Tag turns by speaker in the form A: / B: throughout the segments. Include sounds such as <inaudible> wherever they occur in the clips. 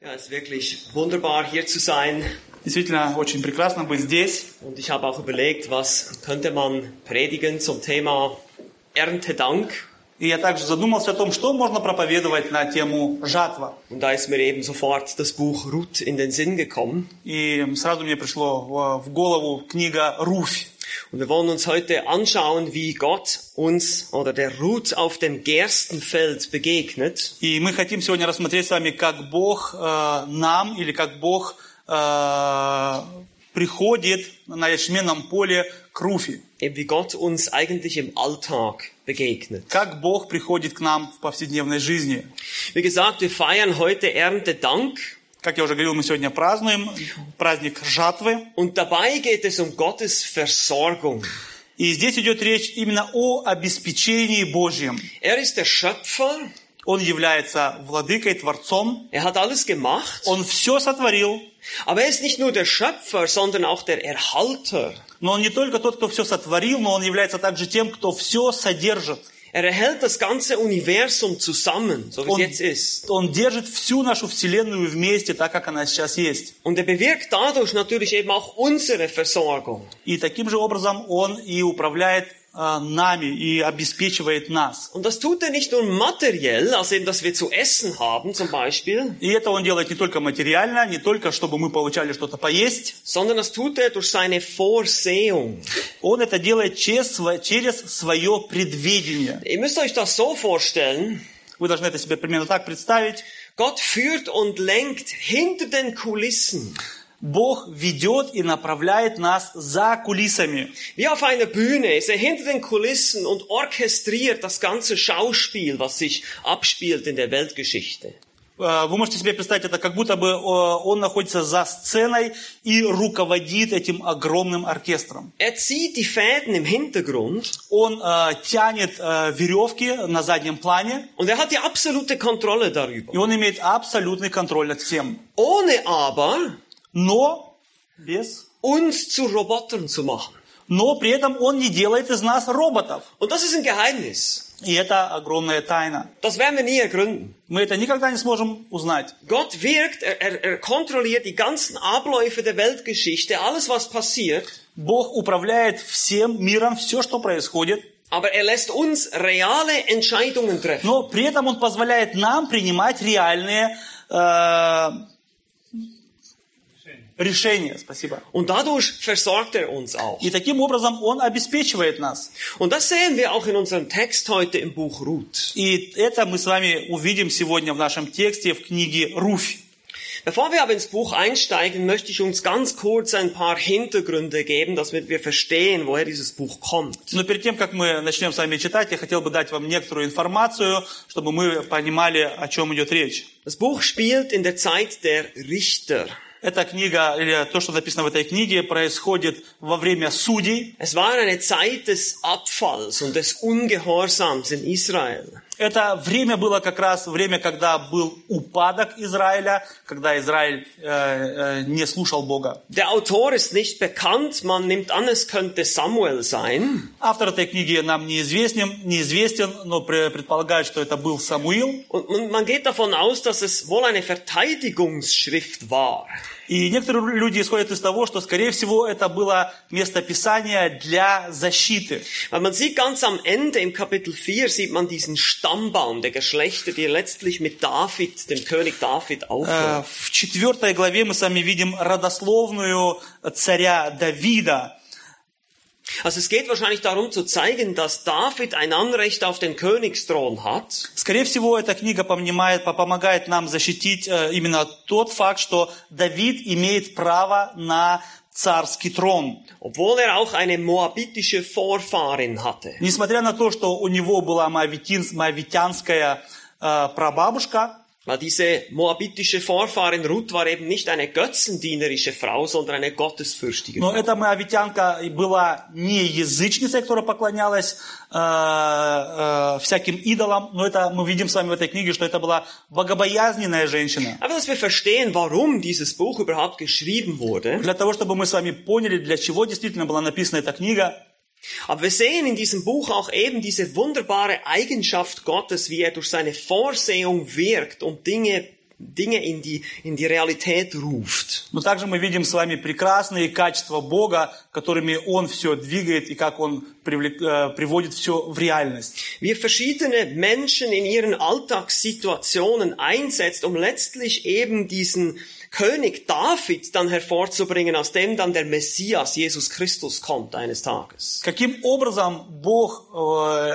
A: Ja, es ist wirklich wunderbar, hier zu sein.
B: Действительно, очень прекрасно быть здесь.
A: Und ich habe auch überlegt, was könnte man predigen zum Thema Erntedank.
B: И я также задумался о том, что можно проповедовать на тему жатва.
A: Und da ist mir eben sofort das Buch Ruth in den Sinn gekommen.
B: И сразу мне пришло а, в в голову книга «Руфь».
A: Und wir wollen uns heute anschauen, wie Gott uns oder der Ruth auf dem Gerstenfeld begegnet.
B: И мы хотим сегодня рассмотреть с вами, как Бог э, нам или как Бог э, приходит на ячменном поле к Руфи.
A: Eben wie Gott uns eigentlich im Alltag begegnet.
B: Как Бог приходит к нам в повседнevной жизни.
A: Wie gesagt, wir feiern heute Erntedank.
B: Как я уже говорил, мы сегодня празднуем праздник жатвы.
A: Und dabei geht es um Gottes Versorgung.
B: И здесь идет речь именно о обеспечении Божьем.
A: Er ist der Schöpfer.
B: Он является владыкой, творцом.
A: Er hat alles gemacht.
B: Он все сотворил,
A: Aber er ist nicht nur der Schöpfer, sondern auch der Erhalter.
B: но он не только тот, кто все сотворил, но он является также тем, кто все содержит.
A: Er erhält das ganze Universum zusammen, so wie es
B: Und-
A: jetzt ist.
B: Он держит всю нашу Вселенную вместе, так как она сейчас есть.
A: Und er bewirkt dadurch natürlich eben auch unsere Versorgung.
B: И таким же образом он и управляет э, нами и обеспечивает нас.
A: Und das tut er nicht nur materiell, also eben, dass wir zu essen haben zum Beispiel,
B: И это он делает не только материально, не только чтобы мы получали что-то поесть.
A: sondern das tut er durch seine Vorsehung.
B: Он это делает через, сво- через свое предвидение.
A: Ihr müsst euch das so vorstellen.
B: Вы должны это себе примерно так представить.
A: Gott führt und lenkt hinter den Kulissen,
B: Бог ведет и направляет нас за кулисами.
A: wie auf einer Bühne, ist er hinter den Kulissen und orchestriert das ganze Schauspiel, was sich abspielt in der Weltgeschichte.
B: Э, Вы можете себе представить это, как будто бы э, он находится за сценой и руководит этим огромным оркестром.
A: Er zieht die Fäden im Hintergrund
B: Он э, тянет э, веревки на заднем плане,
A: und er hat die absolute Kontrolle
B: и
A: darüber.
B: он имеет абсолютный контроль над всем.
A: Ohne aber
B: Но без
A: uns zu Robotern zu machen.
B: но при этом он не делает из нас роботов.
A: Und das ist ein Geheimnis.
B: И это огромная тайна.
A: Das werden wir nie ergründen.
B: Мы это никогда не сможем узнать.
A: Gott wirkt, er, er, er kontrolliert die ganzen Abläufe der Weltgeschichte, alles was passiert,
B: Бог управляет всем миром, все, что происходит,
A: aber er lässt uns reale Entscheidungen treffen.
B: но при этом он позволяет нам принимать реальные э, решения. Спасибо.
A: Und dadurch versorgt er uns auch.
B: И таким образом он обеспечивает нас.
A: Und das sehen wir auch in unserem Text heute im Buch Ruth.
B: И это мы с вами увидим сегодня в нашем тексте в книге «Руфь».
A: Bevor wir aber ins Buch einsteigen, möchte ich uns ganz kurz ein paar Hintergründe geben, damit wir verstehen, woher dieses Buch kommt.
B: Но перед тем, как мы начнем с вами читать, я хотел бы дать вам некоторую информацию, чтобы мы понимали, о чем идет речь.
A: Das Buch spielt in der Zeit der Richter.
B: Эта книга, или то, что написано в этой книге, происходит во время судей.
A: Es war eine Zeit des Abfalls und des Ungehorsams in Israel.
B: Это время было как раз время, когда был упадок Израиля, когда Израиль э, э, не слушал Бога.
A: Der Autor ist nicht bekannt, man nimmt an, es könnte Samuel sein.
B: Автор этой книги нам неизвестен, неизвестен но пре- предполагают, что это был Самуил.
A: Und und man geht davon aus, dass es wohl eine Verteidigungsschrift war.
B: И некоторые люди исходят из того, что, скорее всего, это было местописание для защиты.
A: Weil man sieht ganz am Ende im Kapitel 4 sieht man diesen Stammbaum der Geschlechter, die letztlich mit David, dem König David, aufhört.
B: Э, В четвертой главе мы с вами видим родословную царя Давида.
A: Also es geht wahrscheinlich darum zu zeigen, dass David ein Anrecht auf den Königsthron hat.
B: Скорее всего, эта книга помнимает- по- помогает нам защитить э, именно тот факт, что Давид имеет право на царский трон.
A: obwohl er auch eine moabitische Vorfahrin hatte.
B: Несмотря на то, что у него была моавитин- моавитянская э, прабабушка,
A: Weil diese moabitische Vorfahrin Ruth war eben nicht eine götzendienerische Frau, sondern eine gottesfürchtige
B: но
A: Frau.
B: эта моавитянка и была не язычницей, которая поклонялась э, э, всяким идолам, но это мы видим с вами в этой книге, что это была богобоязненная женщина.
A: Aber dass wir verstehen, warum dieses Buch überhaupt geschrieben wurde.
B: Для того, чтобы мы с вами поняли, для чего действительно была написана эта книга,
A: Aber wir sehen in diesem Buch auch eben diese wunderbare Eigenschaft Gottes, wie er durch seine Vorsehung wirkt und Dinge Dinge in die, in die Realität ruft.
B: Но также мы видим с вами прекрасные качества Бога, которыми Он все двигает и как Он привлек- э, приводит все в реальность.
A: Wie er verschiedene Menschen in ihren Alltagssituationen einsetzt, um letztlich eben diesen König David dann hervorzubringen, aus dem dann der Messias Jesus Christus kommt eines Tages.
B: Каким образом Бог э,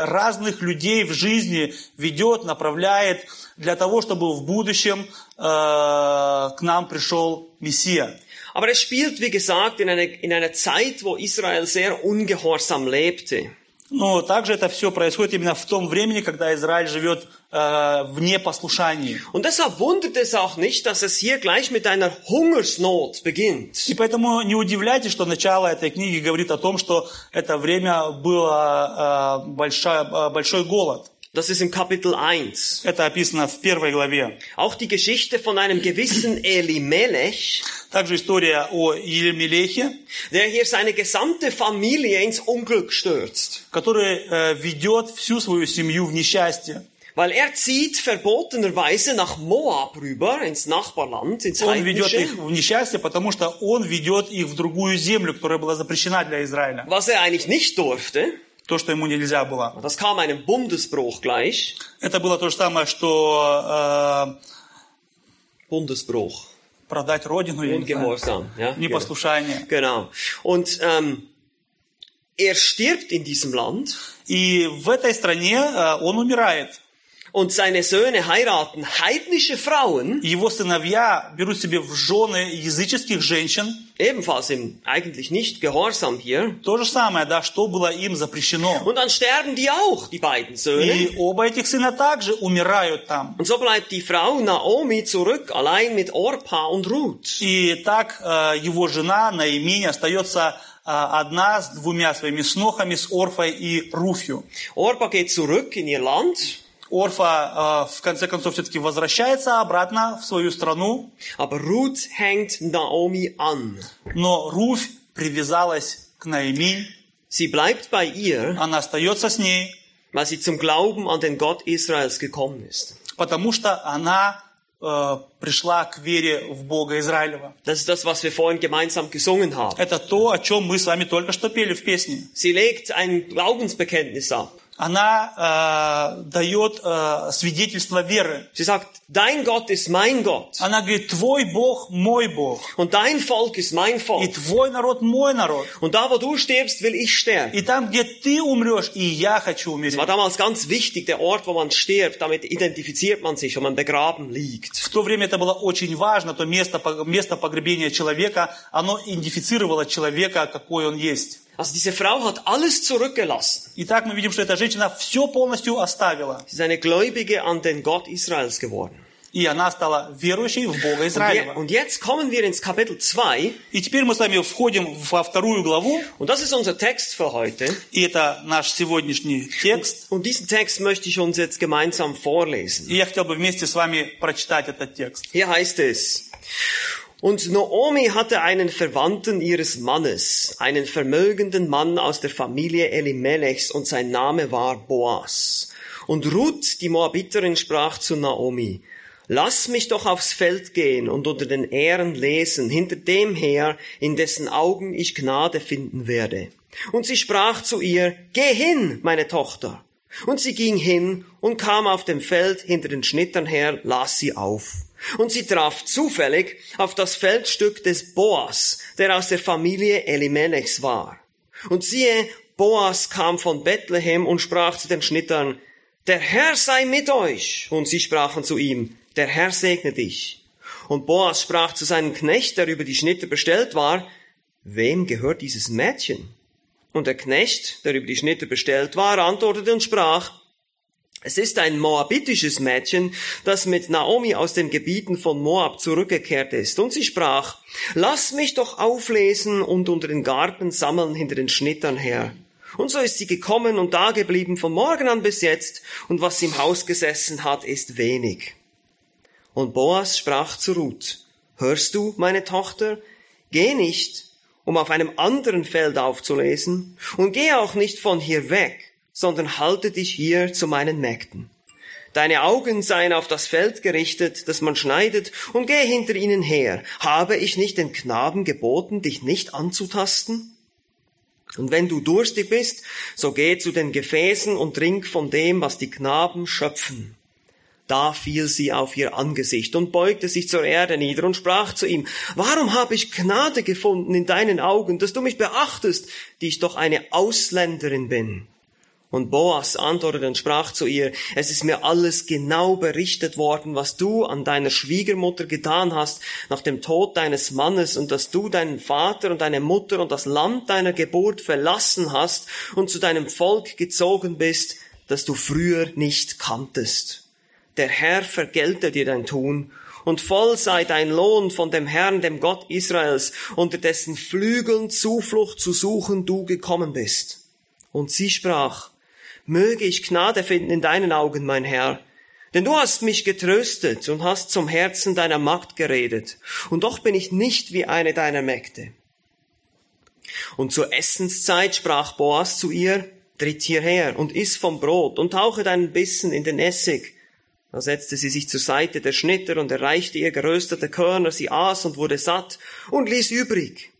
B: разных людей в жизни ведет, направляет для того, чтобы в будущем э, к нам пришел Мессия.
A: Aber es spielt, wie gesagt, in einer, in einer Zeit, wo Israel sehr ungehorsam lebte.
B: Но также это все происходит именно в том времени, когда Израиль живет э, в непослушании.
A: Und deshalb wundert es auch nicht, dass es hier gleich mit einer Hungersnot beginnt.
B: И поэтому не удивляйтесь, что начало этой книги говорит о том, что это время было э, большая- э, большой голод.
A: Das ist im Kapitel 1.
B: Это описано в первой главе.
A: Auch die Geschichte von einem gewissen Elimelech,
B: Также история о Елемелехе,
A: der hier seine gesamte Familie ins Unglück stürzt,
B: который э, ведет всю свою семью в несчастье.
A: weil er zieht verbotenerweise nach Moab rüber, ins Nachbarland, ins
B: Он ведет
A: Heidnische,
B: их в несчастье, потому что он ведет их в другую землю, которая была запрещена для Израиля.
A: was er eigentlich nicht durfte.
B: То, что ему нельзя было.
A: Das kam einem Bundesbruch gleich.
B: Это было то же самое, что э,
A: Bundesbruch.
B: продать родину, я не знаю,
A: Ungehorsam. Ja, genau.
B: непослушание.
A: Genau. Und ähm, er stirbt in diesem Land
B: И в этой стране э, он умирает.
A: und seine Söhne heiraten heidnische Frauen,
B: Его сыновья берут себе в жены языческих женщин.
A: ebenfalls im eigentlich nicht gehorsam hier.
B: То же самое, да, что было им запрещено.
A: Und dann sterben die auch, die beiden Söhne.
B: И оба этих сына также умирают там.
A: Und so bleibt die Frau Naomi zurück, allein mit Orpa und Ruth.
B: И так э, его жена Наимини остается э, одна с двумя своими снохами, с Орфой и Руфью.
A: Orpa geht zurück in ihr Land,
B: Орфа э, в конце концов все-таки возвращается обратно в свою страну,
A: aber Ruth hängt Naomi an.
B: но Руфь привязалась к Наиминь,
A: Sie bleibt bei ihr,
B: она остается с ней,
A: weil sie zum Glauben an den Gott Israels gekommen ist.
B: потому что она э, пришла к вере в Бога Израилева.
A: Das ist das, was wir vorhin gemeinsam gesungen haben.
B: Это то, о чем мы с вами только что пели в песне.
A: Sie legt ein Glaubensbekenntnis ab.
B: Она э, дает э, свидетельство веры.
A: Sie sagt, dein Gott ist mein Gott
B: Она говорит, твой Бог мой Бог,
A: und dein Volk ist mein
B: и
A: Volk.
B: твой народ мой народ.
A: Und da, wo du stirbst, will ich sterben.
B: И там, где ты умрешь, и я хочу
A: Es war
B: умереть.
A: damals ganz wichtig, der Ort, wo man stirbt, damit identifiziert man sich, wenn man begraben liegt.
B: В то время это было очень важно, то место, по- место погребения человека, оно идентифицировало человека, какой он есть.
A: Also diese Frau hat alles zurückgelassen.
B: Итак, мы видим, что эта женщина все полностью оставила.
A: Sie ist eine Gläubige an den Gott Israels geworden.
B: И она стала верующей в Бога
A: Und, je,
B: Израилева.
A: und jetzt kommen wir ins Kapitel 2
B: И теперь мы с вами входим во вторую главу,
A: und das ist unser Text für heute.
B: и это наш сегодняшний текст.
A: Und diesen Text möchte ich uns jetzt gemeinsam vorlesen.
B: И я хотел бы вместе с вами прочитать этот текст.
A: Hier heißt es, und Naomi hatte einen Verwandten ihres Mannes, einen vermögenden Mann aus der Familie Elimelechs, und sein Name war Boas. Und Ruth, die Moabiterin, sprach zu Naomi, Lass mich doch aufs Feld gehen und unter den Ähren lesen, hinter dem her, in dessen Augen ich Gnade finden werde. Und sie sprach zu ihr, Geh hin, meine Tochter. Und sie ging hin und kam auf dem Feld hinter den Schnittern her, las sie auf. Und sie traf zufällig auf das Feldstück des Boas, der aus der Familie Elimelechs war. Und siehe, Boas kam von Bethlehem und sprach zu den Schnittern, Der Herr sei mit euch. Und sie sprachen zu ihm, Der Herr segne dich. Und Boas sprach zu seinem Knecht, der über die Schnitter bestellt war, Wem gehört dieses Mädchen? Und der Knecht, der über die Schnitte bestellt war, antwortete und sprach, es ist ein moabitisches Mädchen, das mit Naomi aus den Gebieten von Moab zurückgekehrt ist. Und sie sprach, lass mich doch auflesen und unter den Garten sammeln hinter den Schnittern her. Und so ist sie gekommen und da geblieben von morgen an bis jetzt, und was sie im Haus gesessen hat, ist wenig. Und Boas sprach zu Ruth, Hörst du, meine Tochter, geh nicht, um auf einem anderen Feld aufzulesen, und geh auch nicht von hier weg, sondern halte dich hier zu meinen Mägden. Deine Augen seien auf das Feld gerichtet, das man schneidet, und geh hinter ihnen her. Habe ich nicht dem Knaben geboten, dich nicht anzutasten? Und wenn du durstig bist, so geh zu den Gefäßen und trink von dem, was die Knaben schöpfen. Da fiel sie auf ihr Angesicht und beugte sich zur Erde nieder und sprach zu ihm, Warum habe ich Gnade gefunden in deinen Augen, dass du mich beachtest, die ich doch eine Ausländerin bin? Und Boas antwortete und sprach zu ihr, Es ist mir alles genau berichtet worden, was du an deiner Schwiegermutter getan hast nach dem Tod deines Mannes und dass du deinen Vater und deine Mutter und das Land deiner Geburt verlassen hast und zu deinem Volk gezogen bist, das du früher nicht kanntest der Herr vergelte dir dein Tun, und voll sei dein Lohn von dem Herrn, dem Gott Israels, unter dessen Flügeln Zuflucht zu suchen du gekommen bist. Und sie sprach, möge ich Gnade finden in deinen Augen, mein Herr, denn du hast mich getröstet und hast zum Herzen deiner Magd geredet, und doch bin ich nicht wie eine deiner Mägde. Und zur Essenszeit sprach Boas zu ihr, tritt hierher und iss vom Brot und tauche deinen Bissen in den Essig, da setzte sie sich zur Seite der Schnitter und erreichte ihr geröstete Körner, sie aß und wurde satt und ließ übrig.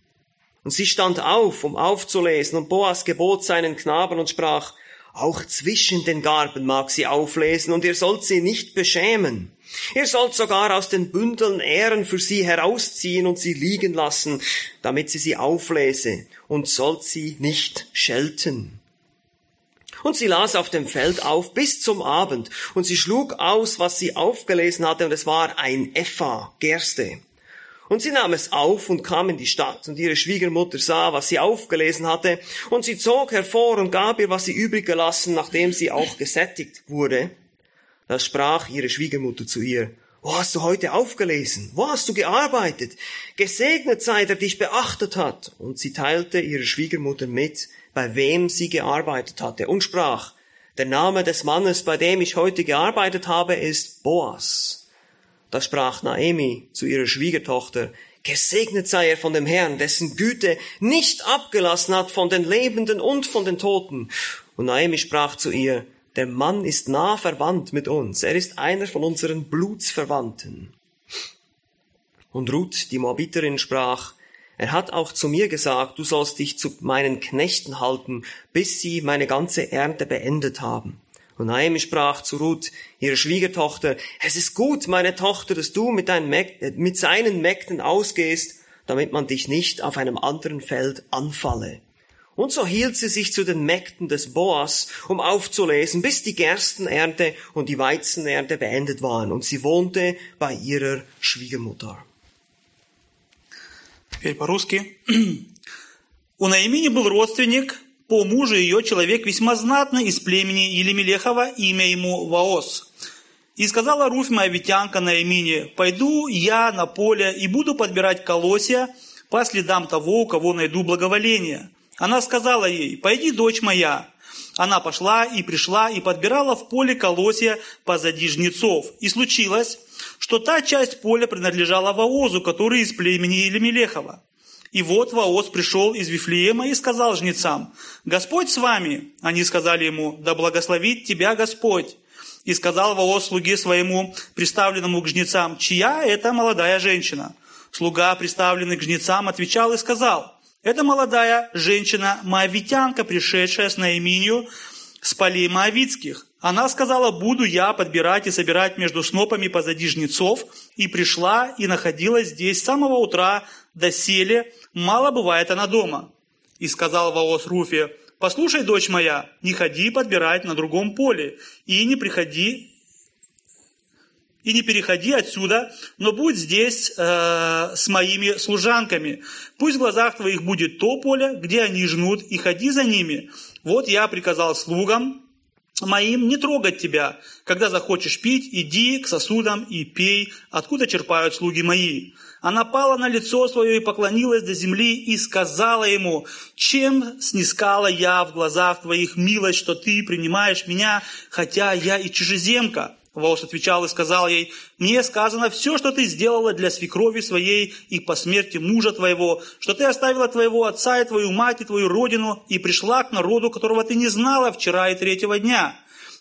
A: Und sie stand auf, um aufzulesen, und Boas gebot seinen Knaben und sprach, auch zwischen den Garben mag sie auflesen, und ihr sollt sie nicht beschämen. Ihr sollt sogar aus den Bündeln Ähren für sie herausziehen und sie liegen lassen, damit sie sie auflese, und sollt sie nicht schelten. Und sie las auf dem Feld auf bis zum Abend, und sie schlug aus, was sie aufgelesen hatte, und es war ein Epha, Gerste. Und sie nahm es auf und kam in die Stadt, und ihre Schwiegermutter sah, was sie aufgelesen hatte, und sie zog hervor und gab ihr, was sie übrig gelassen, nachdem sie auch gesättigt wurde. Da sprach ihre Schwiegermutter zu ihr, wo hast du heute aufgelesen? Wo hast du gearbeitet? Gesegnet sei, der dich beachtet hat. Und sie teilte ihre Schwiegermutter mit, bei wem sie gearbeitet hatte, und sprach, der Name des Mannes, bei dem ich heute gearbeitet habe, ist Boas. Da sprach Naemi zu ihrer Schwiegertochter, Gesegnet sei er von dem Herrn, dessen Güte nicht abgelassen hat von den Lebenden und von den Toten. Und Naemi sprach zu ihr, der Mann ist nah verwandt mit uns, er ist einer von unseren Blutsverwandten. Und Ruth, die Moabiterin, sprach, er hat auch zu mir gesagt, du sollst dich zu meinen Knechten halten, bis sie meine ganze Ernte beendet haben. Und Naomi sprach zu Ruth, ihre Schwiegertochter, es ist gut, meine Tochter, dass du mit, deinen Mäg äh, mit seinen Mägden ausgehst, damit man dich nicht auf einem anderen Feld anfalle. Und so hielt sie sich zu den Mägden des Boas, um aufzulesen, bis die Gerstenernte und die Weizenernte beendet waren, und sie wohnte bei ihrer Schwiegermutter.
B: Теперь по-русски. У Наимини был родственник, по мужу ее человек весьма знатный из племени Елемелехова, имя ему Ваос. И сказала Руфь Моавитянка Наимине, «Пойду я на поле и буду подбирать колосья по следам того, у кого найду благоволение». Она сказала ей, «Пойди, дочь моя». Она пошла и пришла и подбирала в поле колосья позади жнецов. И случилось, что та часть поля принадлежала Воозу, который из племени Елемелехова. И вот Вооз пришел из Вифлеема и сказал жнецам, «Господь с вами!» Они сказали ему, «Да благословит тебя Господь!» И сказал Вооз слуге своему, приставленному к жнецам, «Чья это молодая женщина?» Слуга, приставленный к жнецам, отвечал и сказал, «Это молодая женщина-моавитянка, пришедшая с Наиминью с полей Моавицких. Она сказала, буду я подбирать и собирать между снопами позади жнецов, и пришла и находилась здесь с самого утра до селе, мало бывает она дома. И сказал Воос Руфе, послушай, дочь моя, не ходи подбирать на другом поле, и не приходи и не переходи отсюда, но будь здесь э, с моими служанками. Пусть в глазах твоих будет то поле, где они жнут, и ходи за ними. Вот я приказал слугам моим не трогать тебя. Когда захочешь пить, иди к сосудам и пей, откуда черпают слуги мои». Она пала на лицо свое и поклонилась до земли и сказала ему, «Чем снискала я в глазах твоих милость, что ты принимаешь меня, хотя я и чужеземка?» Воус отвечал и сказал ей, «Мне сказано все, что ты сделала для свекрови своей и по смерти мужа твоего, что ты оставила твоего отца и твою мать и твою родину и пришла к народу, которого ты не знала вчера и третьего дня.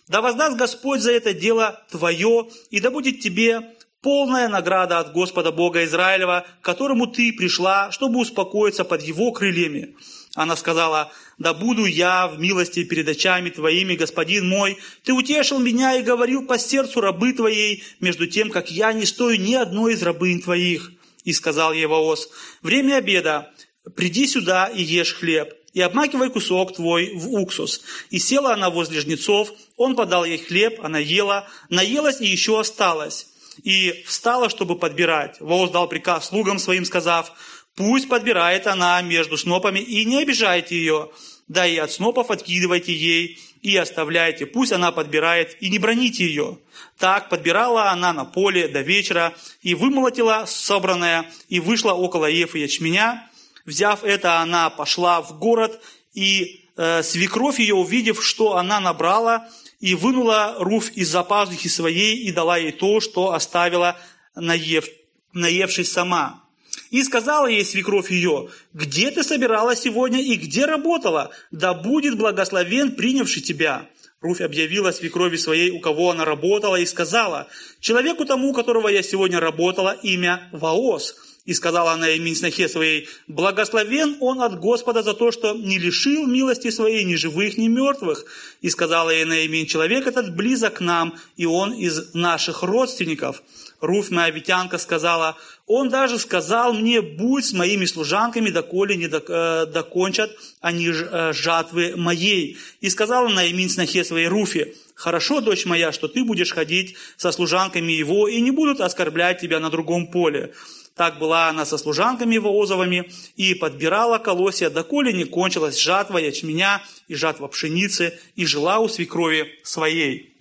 B: Да воздаст Господь за это дело твое, и да будет тебе полная награда от Господа Бога Израилева, к которому ты пришла, чтобы успокоиться под его крыльями. Она сказала, да буду я в милости перед очами твоими, господин мой. Ты утешил меня и говорил по сердцу рабы твоей, между тем, как я не стою ни одной из рабынь твоих. И сказал ей Воос, время обеда, приди сюда и ешь хлеб, и обмакивай кусок твой в уксус. И села она возле жнецов, он подал ей хлеб, она ела, наелась и еще осталась. И встала, чтобы подбирать. Воос дал приказ слугам своим, сказав, Пусть подбирает она между снопами, и не обижайте ее. Да и от снопов откидывайте ей, и оставляйте. Пусть она подбирает, и не броните ее. Так подбирала она на поле до вечера, и вымолотила собранное, и вышла около Ефы ячменя. Взяв это, она пошла в город, и э, свекровь ее, увидев, что она набрала, и вынула Руф из-за пазухи своей, и дала ей то, что оставила, наев, наевшись сама. И сказала ей свекровь ее, «Где ты собирала сегодня и где работала? Да будет благословен принявший тебя». Руфь объявила свекрови своей, у кого она работала, и сказала, «Человеку тому, у которого я сегодня работала, имя Ваос». И сказала она и снохе своей, «Благословен он от Господа за то, что не лишил милости своей ни живых, ни мертвых». И сказала ей Наимин, «Человек этот близок к нам, и он из наших родственников». Руфь Моавитянка сказала, «Он даже сказал мне, будь с моими служанками, доколе не э, докончат они э, жатвы моей». И сказала Наимин снохе своей Руфе, «Хорошо, дочь моя, что ты будешь ходить со служанками его, и не будут оскорблять тебя на другом поле». Так была она со служанками воозовыми и подбирала колосья, доколе не кончилась жатва ячменя и жатва пшеницы, и жила у свекрови своей.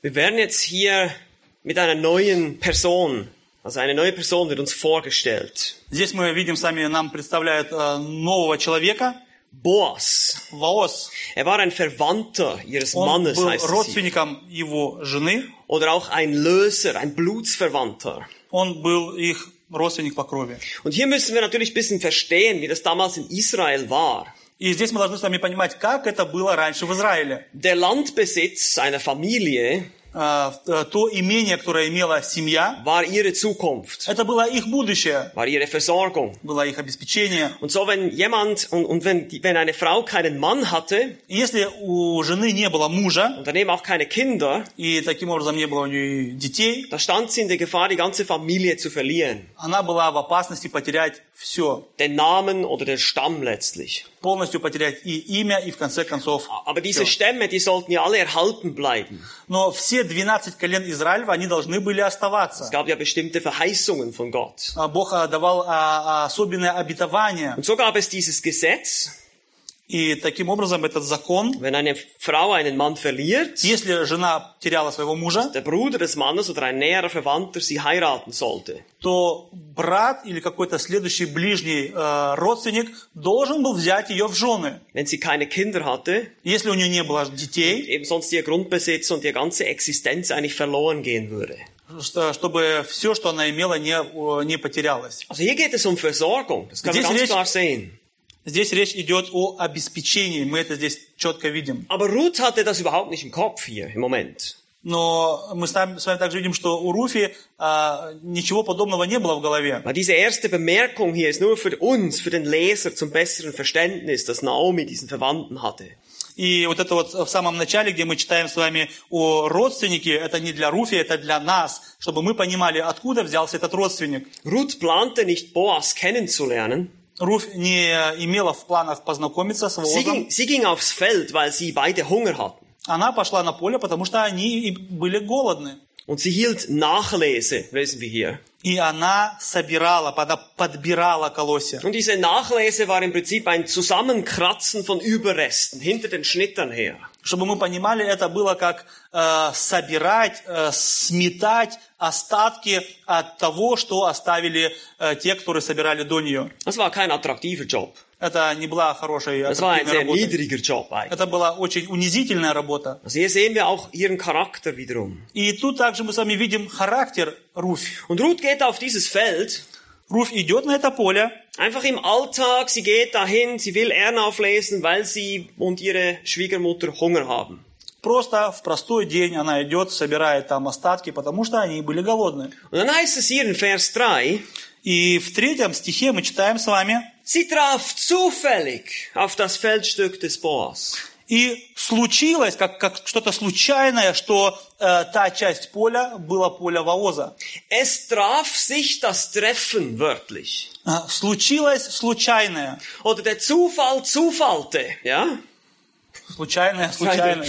A: Wir werden jetzt hier mit einer neuen Person, also eine neue Person wird uns vorgestellt.
B: Здесь мы видим сами, нам представляют э, нового человека,
A: Boas.
B: Воос.
A: Er war ein Verwandter ihres
B: Он
A: Mannes,
B: был
A: heißt es hier.
B: родственником его жены,
A: Oder auch ein Löser, ein Blutsverwandter.
B: он был их родственник по крови.
A: Und hier müssen wir natürlich ein bisschen verstehen, wie das damals in Israel war.
B: И здесь мы должны с вами понимать, как это было раньше в Израиле.
A: Der Landbesitz einer Familie
B: Э, э, То имение, которое имела семья,
A: war ihre Zukunft,
B: это было их будущее,
A: war ihre Versorgung.
B: было их обеспечение.
A: Und so, wenn jemand und, und wenn, die- wenn eine Frau keinen Mann hatte
B: И Если у жены не было мужа,
A: und daneben auch keine Kinder,
B: и таким образом не было у нее и детей,
A: da stand sie in der Gefahr, die ganze Familie zu verlieren.
B: она была в опасности потерять все.
A: Den Namen oder den Stamm letztlich.
B: Полностью потерять и имя, и в конце концов
A: Aber diese
B: всё.
A: Stämme, die sollten ja alle erhalten bleiben.
B: Но все 12 колен Израилева, они должны были
A: Es
B: оставаться.
A: gab ja bestimmte Verheißungen von Gott.
B: А Бог а, давал а, а, особенное обетование.
A: Und so gab es dieses Gesetz,
B: И таким образом этот закон,
A: wenn eine Frau einen Mann verliert,
B: если жена теряла своего мужа,
A: der Bruder des Mannes oder ein näherer Verwandter sie heiraten sollte.
B: то брат или какой-то следующий ближний э, родственник должен был взять ее в жены.
A: Wenn sie keine Kinder hatte,
B: Если у нее не было детей,
A: eben sonst ihr Grundbesitz und ihre ganze Existenz eigentlich verloren gehen würde.
B: что- чтобы все, что она имела, не, э, не потерялось.
A: Also hier geht es um Versorgung, das können wir
B: Здесь
A: ganz
B: речь-
A: klar sehen.
B: Здесь речь идет о обеспечении, мы это здесь четко видим.
A: Aber Ruth hatte das überhaupt nicht im Kopf hier im Moment.
B: Но мы с нами- с вами также видим, что у Руфи а, ничего подобного не было в голове.
A: Weil diese erste Bemerkung hier ist nur für uns, für den Leser zum besseren Verständnis, dass Naomi diesen Verwandten hatte.
B: И вот это вот в самом начале, где мы читаем с вами о родственнике, это не для Руфи, это для нас, чтобы мы понимали, откуда взялся этот родственник.
A: Ruth plante nicht, Boas kennenzulernen.
B: Руфь не имела в планах познакомиться с
A: Sie
B: Воозом.
A: ging, sie ging aufs Feld, weil sie beide Hunger hatten.
B: Она пошла на поле, потому что они и были голодны.
A: Und sie hielt Nachlese, lesen wir hier.
B: И она собирала, она подбирала колосья.
A: Und diese Nachlese war im Prinzip ein Zusammenkratzen von Überresten hinter den Schnittern her.
B: Чтобы мы понимали, это было как э, собирать, э, сметать остатки от того, что оставили э, те, которые собирали до нее.
A: Das war kein attraktiver Job.
B: Это не была хорошая
A: Das war ein
B: аттрактивная
A: sehr
B: работа.
A: niedriger Job eigentlich.
B: Это была очень унизительная работа.
A: Also hier sehen wir auch ihren Charakter wiederum.
B: И тут также мы с вами видим характер Руфь.
A: Und Ruth geht auf dieses Feld
B: Руфь идет на это поле,
A: Einfach im Alltag, sie geht dahin, sie will Erna auflesen, weil sie und ihre Schwiegermutter Hunger haben.
B: просто в простой день она идет, собирает там остатки, потому что они были голодны.
A: Und dann heißt es hier in Vers 3,
B: И в третьем стихе мы читаем с вами,
A: sie traf zufällig auf das Feldstück des Boas.
B: и случилось, как, как что-то случайное, что э, та часть поля была поле Вооза.
A: Es traf sich das Treffen wörtlich.
B: А, Случилось случайное.
A: Oder der Zufall zufallte, ja?
B: Случайное, случайное.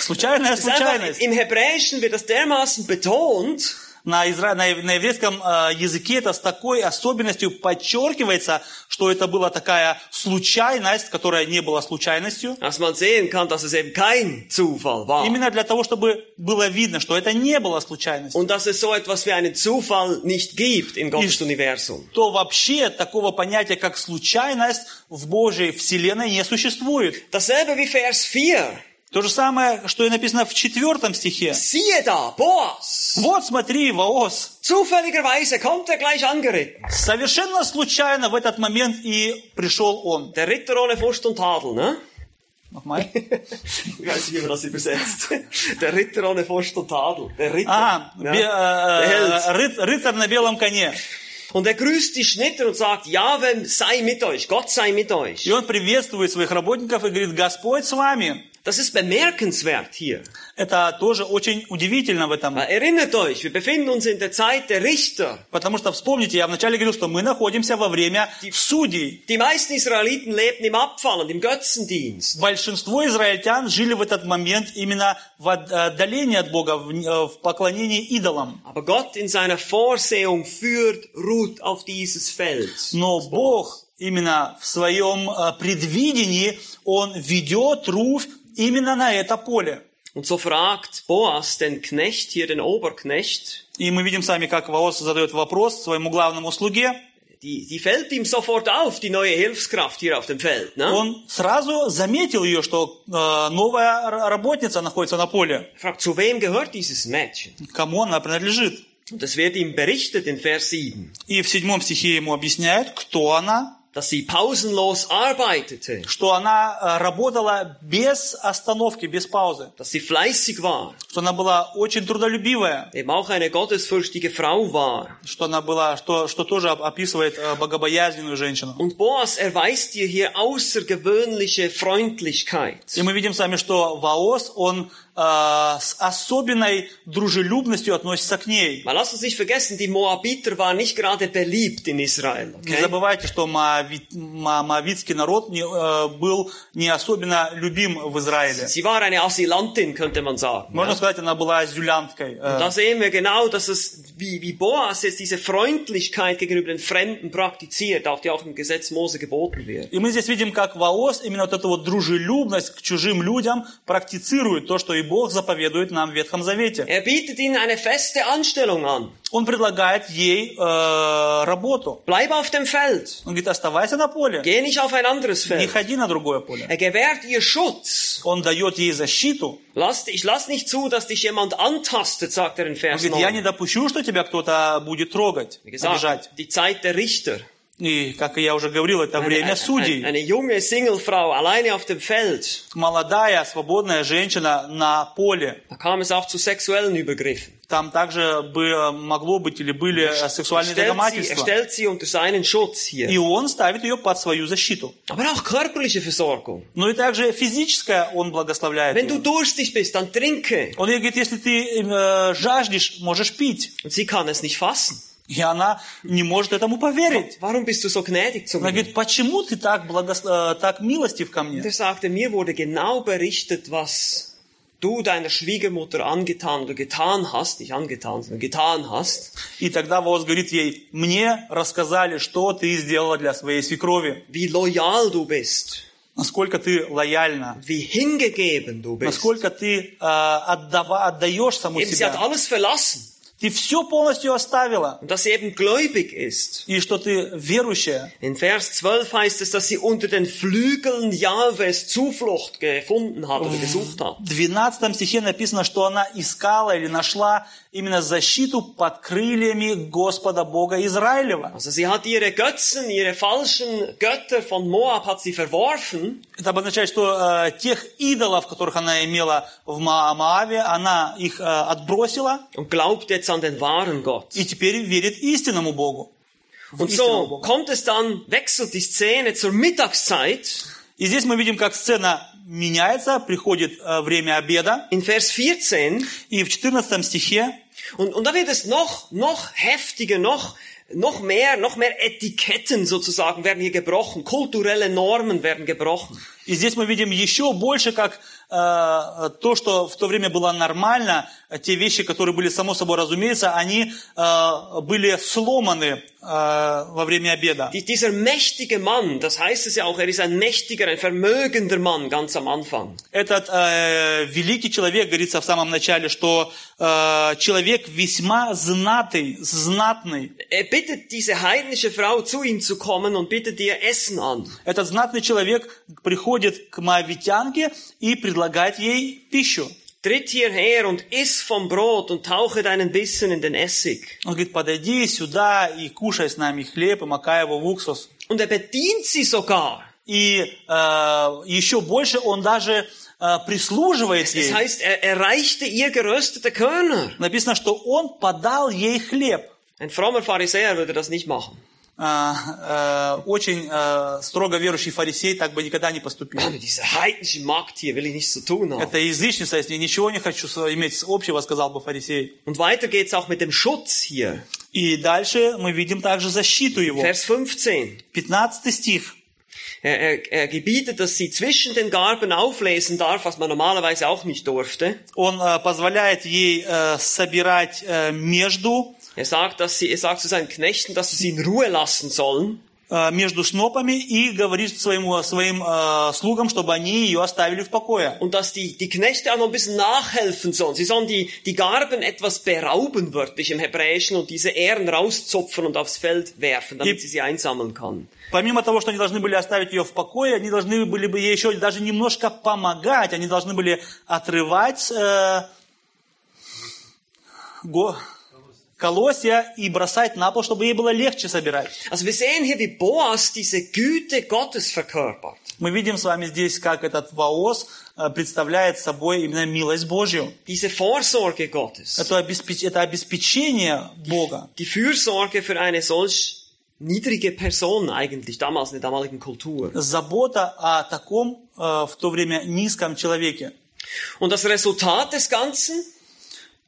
B: Случайная
A: Das ist einfach,
B: случайность.
A: Im Hebräischen wird das dermaßen betont,
B: На, изра- на ев- на еврейском э, языке это с такой особенностью подчеркивается, что это была такая случайность, которая не была случайностью.
A: dass man sehen kann, dass es eben kein Zufall war.
B: Именно для того, чтобы было видно, что это не было случайностью.
A: Und dass es so etwas wie einen Zufall nicht gibt in Gottes
B: Ich-
A: Universum.
B: То вообще такого понятия, как случайность, в Божьей Вселенной не существует.
A: Dasselbe wie Vers 4.
B: То же самое, что и написано в четвертом стихе.
A: Siehe da, Boas.
B: Вот смотри, Воос,
A: Zufälligerweise kommt er gleich angeritten.
B: совершенно случайно в этот момент и пришел он.
A: Der Ritter ohne Furcht und Tadel, ne?
B: Махмай.
A: Ich weiß nicht, wie man das übersetzt. <laughs> Der Ritter ohne Furcht und Tadel. Der Ritter.
B: А,
A: ja.
B: бе-
A: Der
B: э,
A: Held.
B: ры- рыцарь на белом коне.
A: Und er grüßt die Schnitter und sagt, Jahwe sei mit euch, Gott sei mit
B: И
A: euch.
B: он приветствует своих работников и говорит, Господь с вами.
A: Das ist bemerkenswert hier.
B: Это тоже очень удивительно в этом.
A: Weil Erinnert euch, wir befinden uns in der Zeit der Richter.
B: Потому что, вспомните, я вначале говорил, что мы находимся во время судей.
A: Die meisten Israeliten lebten im Abfall und im Götzendienst.
B: Большинство израильтян жили в этот момент именно в от- э, отдалении от Бога, в не- э, в поклонении идолам.
A: Aber Gott in seiner Vorsehung führt Ruth auf dieses Feld.
B: Но Бог именно в своем э, предвидении, Он ведет Руфь именно на это поле.
A: Und so fragt Boas den Knecht, hier den Oberknecht,
B: И мы видим с вами, как Воос задает вопрос своему главному слуге.
A: die, die fällt ihm sofort auf, die neue Hilfskraft hier auf dem Feld. Ne?
B: Он сразу заметил ее, что э, новая р- работница находится на поле.
A: Er fragt, zu wem gehört dieses Mädchen?
B: Кому она принадлежит?
A: Und es wird ihm berichtet in Vers 7,
B: И в седьмом стихе ему объясняют, кто она,
A: dass sie pausenlos arbeitete,
B: что она э, работала без остановки, без паузы,
A: dass sie fleißig war,
B: что она была очень трудолюбивая,
A: eben auch eine gottesfürchtige Frau war.
B: что она была, что, что тоже оп- описывает э, богобоязненную женщину.
A: Und Boas erweist ihr hier außergewöhnliche Freundlichkeit.
B: И мы видим с вами, что Ваос, он э, с особенной дружелюбностью относится к ней.
A: Mal lasst uns nicht vergessen, die Moabiter waren nicht gerade beliebt in Israel.
B: Не
A: Okay?
B: забывайте, что моави- мо- моавитский народ не, э, был не особенно любим в Израиле.
A: Sie war eine Asylantin, könnte man sagen.
B: Можно сказать, она была зюлянткой. э,
A: Da sehen wir genau, dass es, wie, wie Boas jetzt diese Freundlichkeit gegenüber den Fremden praktiziert, auch die auch im Gesetz Mose geboten wird.
B: И мы здесь видим, как Ваос именно вот эту вот дружелюбность к чужим людям практицирует то, что и Бог заповедует нам в Ветхом Завете.
A: Er bietet ihnen eine feste Anstellung an.
B: Он предлагает ей э, работу.
A: Bleib auf dem Feld.
B: Он говорит, оставайся на поле,
A: Geh nicht auf ein anderes
B: не
A: Feld.
B: ходи на другое поле.
A: Er gewährt ihr Schutz.
B: Он дает ей защиту.
A: Lass, ich lass nicht zu, dass dich jemand antastet, sagt er in
B: Он
A: Vers
B: говорит, я не
A: 9.
B: допущу, что тебя кто-то будет трогать,
A: Wie gesagt,
B: обижать.
A: die Zeit der Richter.
B: И, как я уже говорил, это
A: Eine,
B: время
A: eine, eine,
B: судей.
A: eine junge Singlefrau alleine auf dem Feld.
B: Молодая, свободная женщина на поле.
A: Da kam es auch zu sexuellen Übergriffen.
B: Там также бы могло быть или были э,
A: Er
B: сексуальные
A: stellt sie, er
B: домогательства.
A: stellt sie unter seinen Schutz hier.
B: И он ставит ее под свою защиту.
A: Aber auch körperliche Versorgung.
B: Но и также физическое он благословляет.
A: Wenn du
B: ее.
A: durstig bist, dann trinke.
B: Он ей говорит, если ты э, жаждешь, можешь пить.
A: Und sie kann es nicht fassen.
B: И она не может этому поверить.
A: Warum bist du so gnädig zu
B: Она
A: mir?
B: говорит, почему ты так, благос... э, так милостив ко
A: Und er
B: мне?
A: sagte, mir wurde genau berichtet, was du deiner Schwiegermutter angetan oder getan hast, nicht angetan, sondern getan hast,
B: И тогда Воз говорит ей, мне рассказали, что ты сделала для своей свекрови.
A: wie loyal du bist,
B: Насколько ты лояльна.
A: wie hingegeben du bist.
B: Насколько ты э, отдава- отдаешь саму
A: Eben, sie hat
B: себя.
A: alles verlassen.
B: Ты все полностью оставила,
A: und dass sie eben gläubig ist.
B: и что ты верующая.
A: In Vers 12 heißt es, dass sie unter den Flügeln Jahwes Zuflucht gefunden hat oder gesucht hat.
B: В 12 стихе написано, что она искала или нашла именно защиту под крыльями Господа Бога Израилева.
A: Also sie hat ihre Götzen, ihre falschen Götter von Moab hat sie verworfen
B: Это обозначает, что э, тех идолов, которых она имела в Маа- Моаве, она их э, отбросила
A: und glaubt jetzt an den wahren Gott.
B: и теперь верит истинному Богу. в
A: Und
B: истинного
A: so
B: Бога.
A: kommt es dann, wechselt die Szene zur Mittagszeit.
B: И здесь мы видим, как сцена меняется, приходит э, время обеда.
A: In Vers 14
B: И в 14 стихе
A: Und, und da wird es noch, noch heftiger, noch, noch mehr, noch mehr Etiketten sozusagen werden hier gebrochen. Kulturelle Normen werden gebrochen.
B: И здесь мы видим еще больше, как э, то, что в то время было нормально, э, те вещи, которые были само собой разумеется, они э, были сломаны э, во время обеда.
A: Die, dieser mächtige Mann, das heißt es ja auch, er ist ein mächtiger, ein vermögender Mann ganz am Anfang.
B: Этот э, великий человек, говорится в самом начале, что э, человек весьма знатый, знатный.
A: Er bittet diese heidnische Frau zu ihm zu kommen und bittet ihr Essen an.
B: Этот знатный человек приходит к моавитянке и предлагает ей пищу.
A: Tritt hierher und iss vom Brot und tauche deinen Bissen in den Essig.
B: Он говорит, подойди сюда и кушай с нами хлеб и макай его в уксус.
A: Und er bedient sie sogar.
B: И э, еще больше он даже э, прислуживает
A: Das
B: ей.
A: heißt, er, er reichte ihr geröstete Körner.
B: Написано, что он подал ей хлеб.
A: Ein frommer Pharisäer würde das nicht machen.
B: А, э, очень э, строго верующий фарисей так бы никогда не поступил.
A: Mit dieser heidnischen Magd hier will ich nichts zu tun haben.
B: Это язычница, я с ней ничего не хочу со- иметь общего, сказал бы фарисей.
A: Und weiter geht's auch mit dem Schutz hier.
B: И дальше мы видим также защиту его.
A: Vers 15.
B: 15 стих.
A: Er, er, er gebietet, dass sie zwischen den Garben auflesen darf, was man normalerweise auch nicht durfte.
B: Он э, позволяет ей э, собирать э, между,
A: Er sagt, dass sie, er sagt zu seinen Knechten, dass sie sie in Ruhe lassen sollen.
B: э, между снопами и говорит своему, своим э, слугам, чтобы они ее оставили в покое.
A: Und dass die, die Knechte auch noch ein bisschen nachhelfen sollen. Sie sollen die, die Garben etwas berauben, wörtlich im Hebräischen, und diese Ähren rauszupfen und aufs Feld werfen, damit
B: Die-
A: sie sie einsammeln kann.
B: Помимо того, что они должны были оставить ее в покое, они должны были бы ей еще даже немножко помогать, они должны были отрывать э, го- колосья и бросать на пол, чтобы ей было легче собирать.
A: Also wir sehen hier, wie Boas diese Güte Gottes verkörpert.
B: Мы видим с вами здесь, как этот воос э, представляет собой именно милость Божью.
A: diese Vorsorge Gottes,
B: Это, обеспеч- это обеспечение Бога.
A: die Fürsorge für eine solch niedrige Person eigentlich damals in der damaligen Kultur.
B: Забота о таком э, в то время низком человеке.
A: Und das Resultat des Ganzen,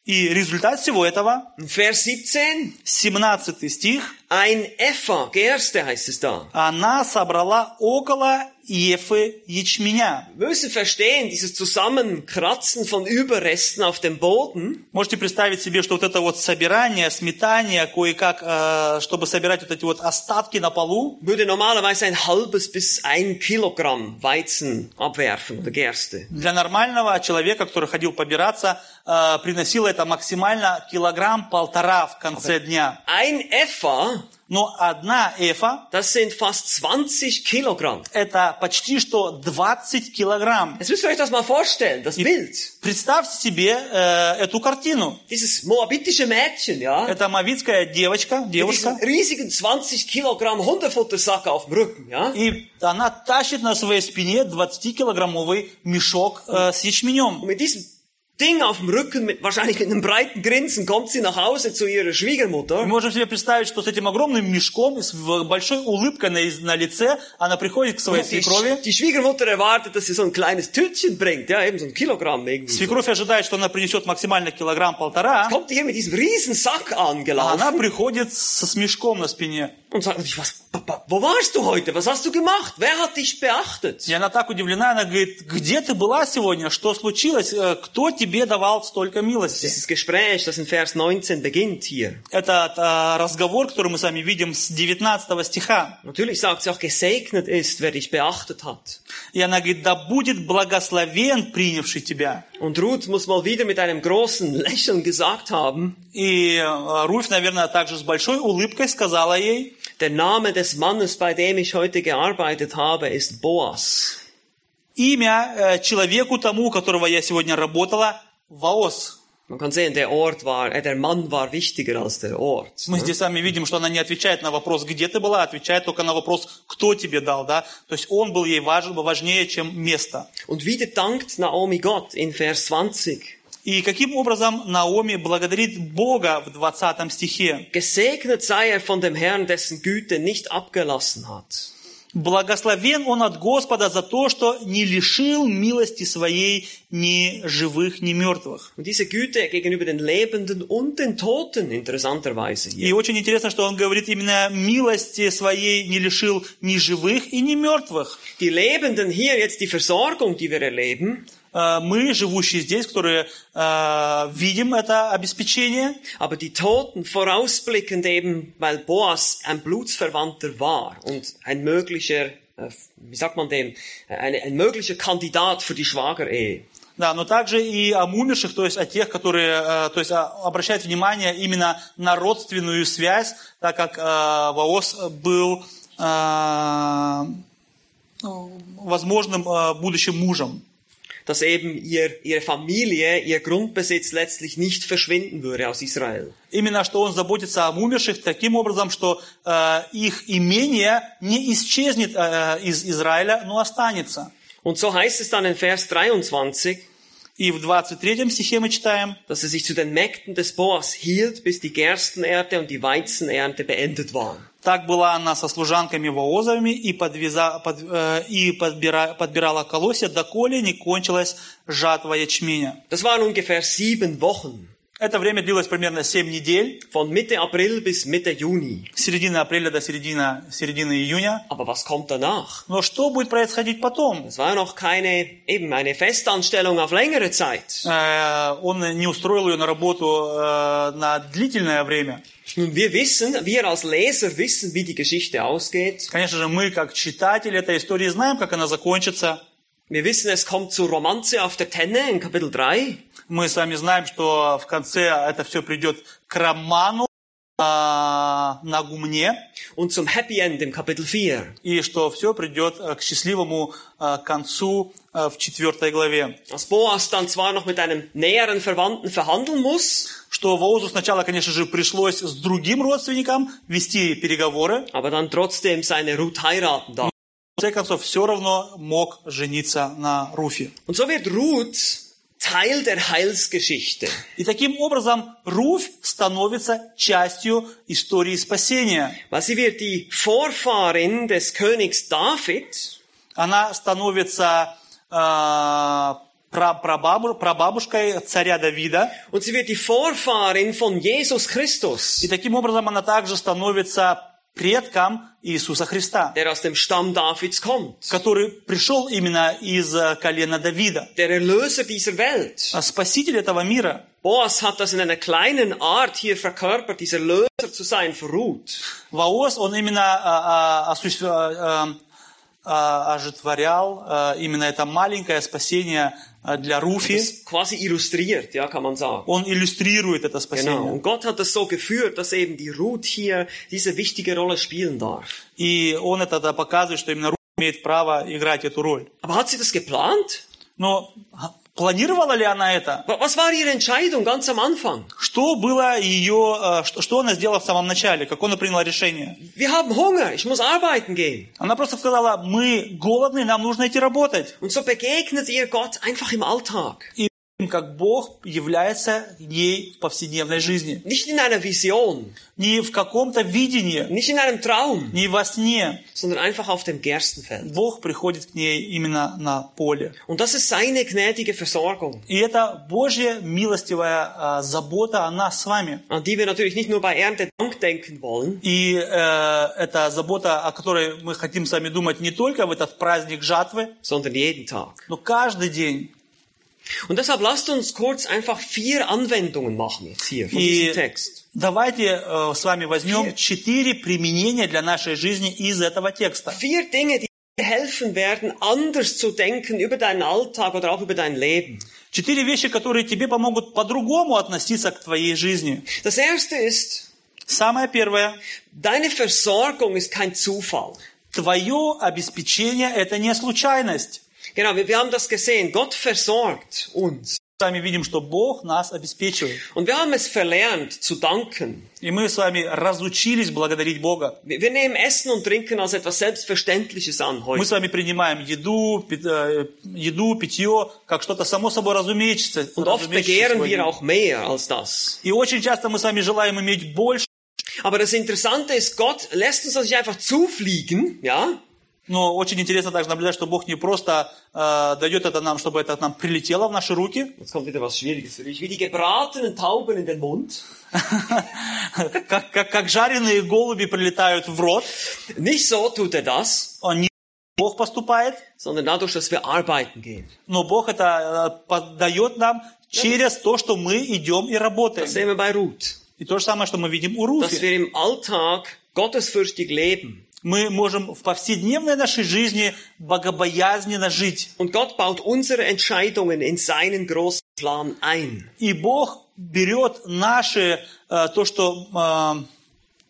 B: И результат всего этого,
A: in Vers 17,
B: 17 стих,
A: ein Epha, Gerste heißt es da.
B: она собрала около Ефы ячменя.
A: Wir müssen verstehen, dieses Zusammenkratzen von Überresten auf dem Boden,
B: Можете представить себе, что вот это вот собирание, сметание, кое-как, э, чтобы собирать вот эти вот остатки на полу,
A: würde normalerweise ein halbes bis ein Kilogramm Weizen abwerfen oder Gerste.
B: для нормального человека, который ходил побираться, э, приносило это максимально килограмм-полтора в конце дня.
A: Ein Epha,
B: Но одна эфа
A: das sind fast 20 Kilogramm.
B: – это почти что 20 килограмм.
A: Jetzt müsst ihr euch das mal vorstellen, das Bild.
B: Представьте себе э, эту картину.
A: dieses moabitische Mädchen, ja,
B: Это мавитская девочка,
A: mit diesem
B: девушка,
A: riesigen 20 Kilogramm Hundefuttersack auf dem Rücken, ja.
B: И она тащит на своей спине 20-килограммовый мешок э, с
A: Und
B: ячменем.
A: mit diesem Ding auf dem Rücken, mit, wahrscheinlich mit einem breiten Grinsen, kommt sie nach Hause zu ihrer
B: Мы
A: Schwiegermutter.
B: можем себе представить, что с этим огромным мешком и с в- большой улыбкой на, из- на лице она приходит к своей
A: Und die,
B: свекрови.
A: die Schwiegermutter erwartet, dass sie so ein kleines Tütchen bringt, ja, eben so ein Kilogramm irgendwie. so.
B: Свекровь ожидает, что она принесет максимально килограмм-полтора.
A: Kommt hier mit diesem riesen Sack
B: А она
A: angelaufen
B: приходит с, с мешком на спине.
A: und sagt natürlich, was, Papa, wo warst du heute? Was hast du gemacht? Wer hat dich beachtet?
B: И она так удивлена, она говорит, где ты была сегодня? Что случилось? Э, Кто тебе давал столько милости?
A: Dieses Gespräch, das in Vers 19 beginnt hier.
B: Это э, разговор, который мы с вами видим с 19 стиха.
A: Natürlich sagt sie auch, gesegnet ist, wer dich beachtet hat.
B: И она говорит, да будет благословен принявший тебя.
A: Und Ruth muss mal wieder mit einem großen <laughs> Lächeln gesagt haben,
B: И э, Руфь, наверное, также с большой улыбкой сказала ей,
A: der Name des Mannes, bei dem ich heute gearbeitet habe, ist Boas.
B: имя э, человеку тому, у которого я сегодня работала, Ваос.
A: Man kann sehen, der Ort war, äh, der Mann war wichtiger als der Ort. ne?
B: Мы здесь сами видим, что она не отвечает на вопрос, где ты была, а отвечает только на вопрос, кто тебе дал, да? То есть он был ей важ- важнее, чем место.
A: Und wieder dankt Naomi Gott in Vers 20.
B: И каким образом Наоми благодарит Бога в 20 стихе?
A: Gesegnet sei er von dem Herrn, dessen Güte nicht abgelassen hat.
B: «Благословен он от Господа за то, что не лишил милости своей ни живых, ни мертвых».
A: Und diese Güte gegenüber den Lebenden und den Toten, interessanterweise hier.
B: И очень интересно, что он говорит именно милости своей не лишил ни живых и ни мертвых.
A: Die Lebenden hier jetzt die Versorgung, die wir erleben,
B: Э, Мы, живущие здесь, которые э, видим это обеспечение,
A: aber die Toten vorausblickend eben, weil Boas ein Blutsverwandter war und ein möglicher, äh, wie sagt man dem, ein, ein möglicher Kandidat für die Schwagerehe.
B: да, но также и о мумерших, то есть о тех, которые, э, то есть а, обращают внимание именно на родственную связь, так как э, Ваос был э, ну, возможным э, будущим мужем.
A: Dass eben ihr, ihre Familie, ihr Grundbesitz letztlich nicht verschwinden würde aus Israel.
B: Именно что он заботится о умерших таким образом, что э, их имение не исчезнет э, из Израиля, но останется.
A: Und so heißt es dann in Vers 23,
B: И в 23 стихе мы читаем,
A: dass er sich zu den Mägden des Boas hielt, bis die Gerstenernte und die Weizenernte beendet waren.
B: «Так была она со служанками Воозовыми и, подвяза- под- э, и подбира- подбирала колосья, доколе не кончилась жатва ячменя».
A: Das waren ungefähr sieben Wochen,
B: Это время длилось примерно 7 недель,
A: von Mitte April bis Mitte Juni.
B: с середины апреля до середины, середины июня.
A: Aber was kommt danach?
B: Но что будет происходить потом?
A: Das war ja noch keine, eben eine Festanstellung auf längere Zeit.
B: Э, Он не устроил ее на работу э, на длительное время.
A: Nun, wir wissen, wir als Leser wissen, wie die Geschichte ausgeht.
B: Конечно же, мы, как читатели этой истории, знаем, как она закончится.
A: Wir wissen, es kommt zur Romanze auf der Tenne in Kapitel 3.
B: Мы с вами знаем, что в конце это все придет к роману а, на гумне,
A: Und zum Happy End im Kapitel 4.
B: и что все придет э, к счастливому э, концу э, в четвертой главе.
A: Als Boas dann zwar noch mit einem näheren Verwandten verhandeln muss,
B: Что Воозу сначала, конечно же, пришлось с другим родственником вести переговоры,
A: aber dann trotzdem seine Ruth heiraten darf.
B: в конце концов, все равно мог жениться на Руфе.
A: Und so wird Ruth Teil der Heilsgeschichte.
B: И таким образом Руфь становится частью истории спасения.
A: Weil sie wird die Vorfahrin des Königs David
B: она становится э, пра- прабабу- прабабушкой царя Давида.
A: und sie wird die Vorfahrin von Jesus Christus,
B: И таким образом она также становится предком Иисуса Христа,
A: der aus dem Stamm Davids kommt.
B: который пришел именно из э, колена Давида.
A: Der Erlöser dieser Welt.
B: А Спаситель этого мира.
A: Boas hat das in einer kleinen Art hier verkörpert, dieser Löser zu sein für Ruth.
B: Ваос, он именно э, э, осуществ- э, э, э, ожитворял э, именно это маленькое спасение э, для Руфи.
A: Das quasi illustriert, ja, kann man sagen.
B: Он иллюстрирует это
A: Genau.
B: спасение.
A: Und Gott hat das so geführt, dass eben die Ruth hier diese wichtige Rolle spielen darf.
B: И он это да, показывает, что именно Руфь имеет право играть эту роль.
A: Aber hat sie das geplant?
B: Но а, планировала ли она это?
A: Wa- Was war ihre Entscheidung ganz am Anfang?
B: Что было ее, э, что, что она сделала в самом начале? Как она приняла решение?
A: Wir haben Hunger, ich muss arbeiten gehen.
B: Она просто сказала, мы голодные, нам нужно идти работать.
A: Und so begegnet ihr Gott einfach im Alltag.
B: И им, как Бог является ей в повседневной жизни.
A: Nicht in einer Vision,
B: Не в каком-то видении,
A: nicht in einem Traum,
B: не во сне.
A: sondern einfach auf dem Gerstenfeld.
B: Бог приходит к ней именно на поле.
A: Und das ist seine gnädige Versorgung,
B: И это Божья милостивая а, забота о нас с вами.
A: an die wir natürlich nicht nur bei Erntedank denken wollen,
B: И э, это забота, о которой мы хотим с вами думать не только в этот праздник жатвы,
A: sondern jeden Tag.
B: но каждый день.
A: Und deshalb lasst uns kurz einfach vier Anwendungen machen jetzt hier von
B: И
A: diesem Text.
B: давайте э, с вами возьмем
A: Нет.
B: четыре применения для нашей жизни из этого текста.
A: Vier Dinge, die dir helfen werden, anders zu denken über deinen Alltag oder auch über dein Leben.
B: Четыре вещи, которые тебе помогут по-другому относиться к твоей жизни.
A: Das erste ist,
B: Самое первое.
A: deine Versorgung ist kein Zufall.
B: Твое обеспечение – это не случайность.
A: Genau, wir, wir haben das gesehen. Gott versorgt uns.
B: Сами видим, что Бог нас обеспечивает.
A: Und wir haben es verlernt zu danken.
B: И мы с вами разучились благодарить Бога.
A: Wir, wir nehmen Essen und Trinken als etwas Selbstverständliches an
B: Мы с
A: heute.
B: вами принимаем еду, пи- э, еду, питье, как что-то само собой разумеется.
A: Und oft
B: разумеющееся
A: begehren
B: сегодня.
A: wir auch mehr als das.
B: И очень часто мы с вами желаем иметь больше,
A: Aber das Interessante ist, Gott lässt uns das nicht einfach zufliegen, ja?
B: но очень интересно также наблюдать, что Бог не просто э, дает это нам, чтобы это нам прилетело в наши руки, <laughs>
A: Jetzt kommt wieder was Schwieriges für dich. Wie die gebratenen Tauben in den Mund.
B: как, как, как жареные голуби прилетают в рот.
A: Nicht so tut er das,
B: Он не Бог поступает,
A: sondern dadurch, dass wir arbeiten gehen.
B: но Бог это э, подает нам через то, что мы идем и
A: Das
B: работаем.
A: sehen wir bei Ruth.
B: И то же самое, что мы видим у
A: Dass
B: Руфи.
A: wir im Alltag gottesfürchtig leben.
B: Мы можем в повседневной нашей жизни богобоязненно жить.
A: Und Gott baut unsere Entscheidungen in seinen großen Plan ein.
B: И Бог берет наши, э, то, что... э,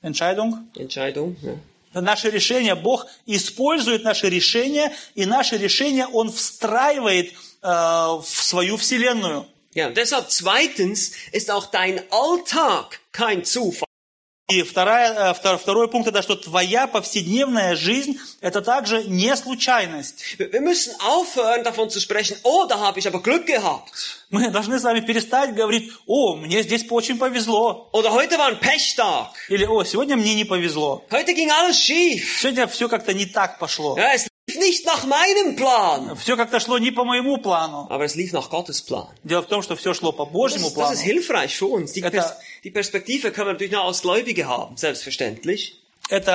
B: Entscheidung?
A: Entscheidung? Ja.
B: Наши решения, Бог использует наши решения, и наши решения Он встраивает э, в свою вселенную.
A: ja, und deshalb zweitens ist auch dein Alltag kein Zufall.
B: И вторая, э, втор- второй пунkt это, что твоя повседневная жизнь это также не случайность.
A: Wir wir müssen aufhören, davon zu sprechen, oh, da habe ich aber Glück gehabt.
B: Мы должны с вами перестать говорить, о, мне здесь очень повезло,
A: Oder heute war ein Pechtag.
B: или о, сегодня мне не повезло.
A: Heute ging alles schief.
B: Сегодня все как-то не так пошло.
A: Ja, es lief nicht nach meinem Plan.
B: Все как-то шло не по моему плану.
A: Aber es lief nach Gottes Plan.
B: Дело в том, что все шло по
A: Das,
B: Божьему
A: ist- das
B: плану.
A: ist hilfreich für uns. Die,
B: Ja,
A: Pers
B: da-
A: die Perspektive können wir natürlich nur als Gläubige haben, selbstverständlich.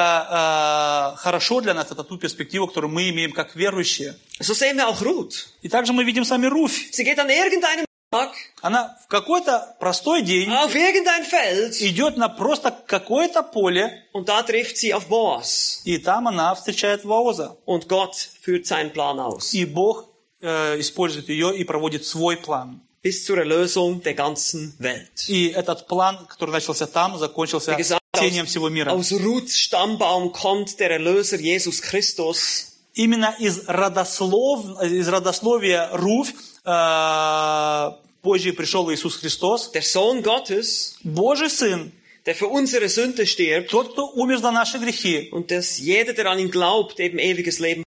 B: Это э, хорошо для нас, это ту перспективу, которую мы имеем как верующие.
A: So sehen wir auch Ruth.
B: И также мы видим с вами Руфь.
A: Sie geht an irgendeinem Tag
B: Она в какой-то простой день
A: auf irgendein Feld
B: идет на просто какое-то поле,
A: und da trifft sie auf Boas.
B: И там она встречает Ваоза.
A: Und Gott führt seinen Plan aus.
B: И Бог э, использует ее и проводит свой план.
A: Bis zur Erlösung der ganzen Welt.
B: И этот план, который начался там, закончился
A: Wie gesagt,
B: тением всего мира.
A: aus Ruths Stammbaum kommt der Erlöser Jesus Christus.
B: Именно из, родослов, из родословия Руфь э, позже пришел Иисус Христос,
A: Der Sohn Gottes,
B: Божий Сын,
A: der für unsere Sünde stirbt
B: тот, кто умер за наши грехи.
A: und dass jeder, der an ihn glaubt, eben ewiges Leben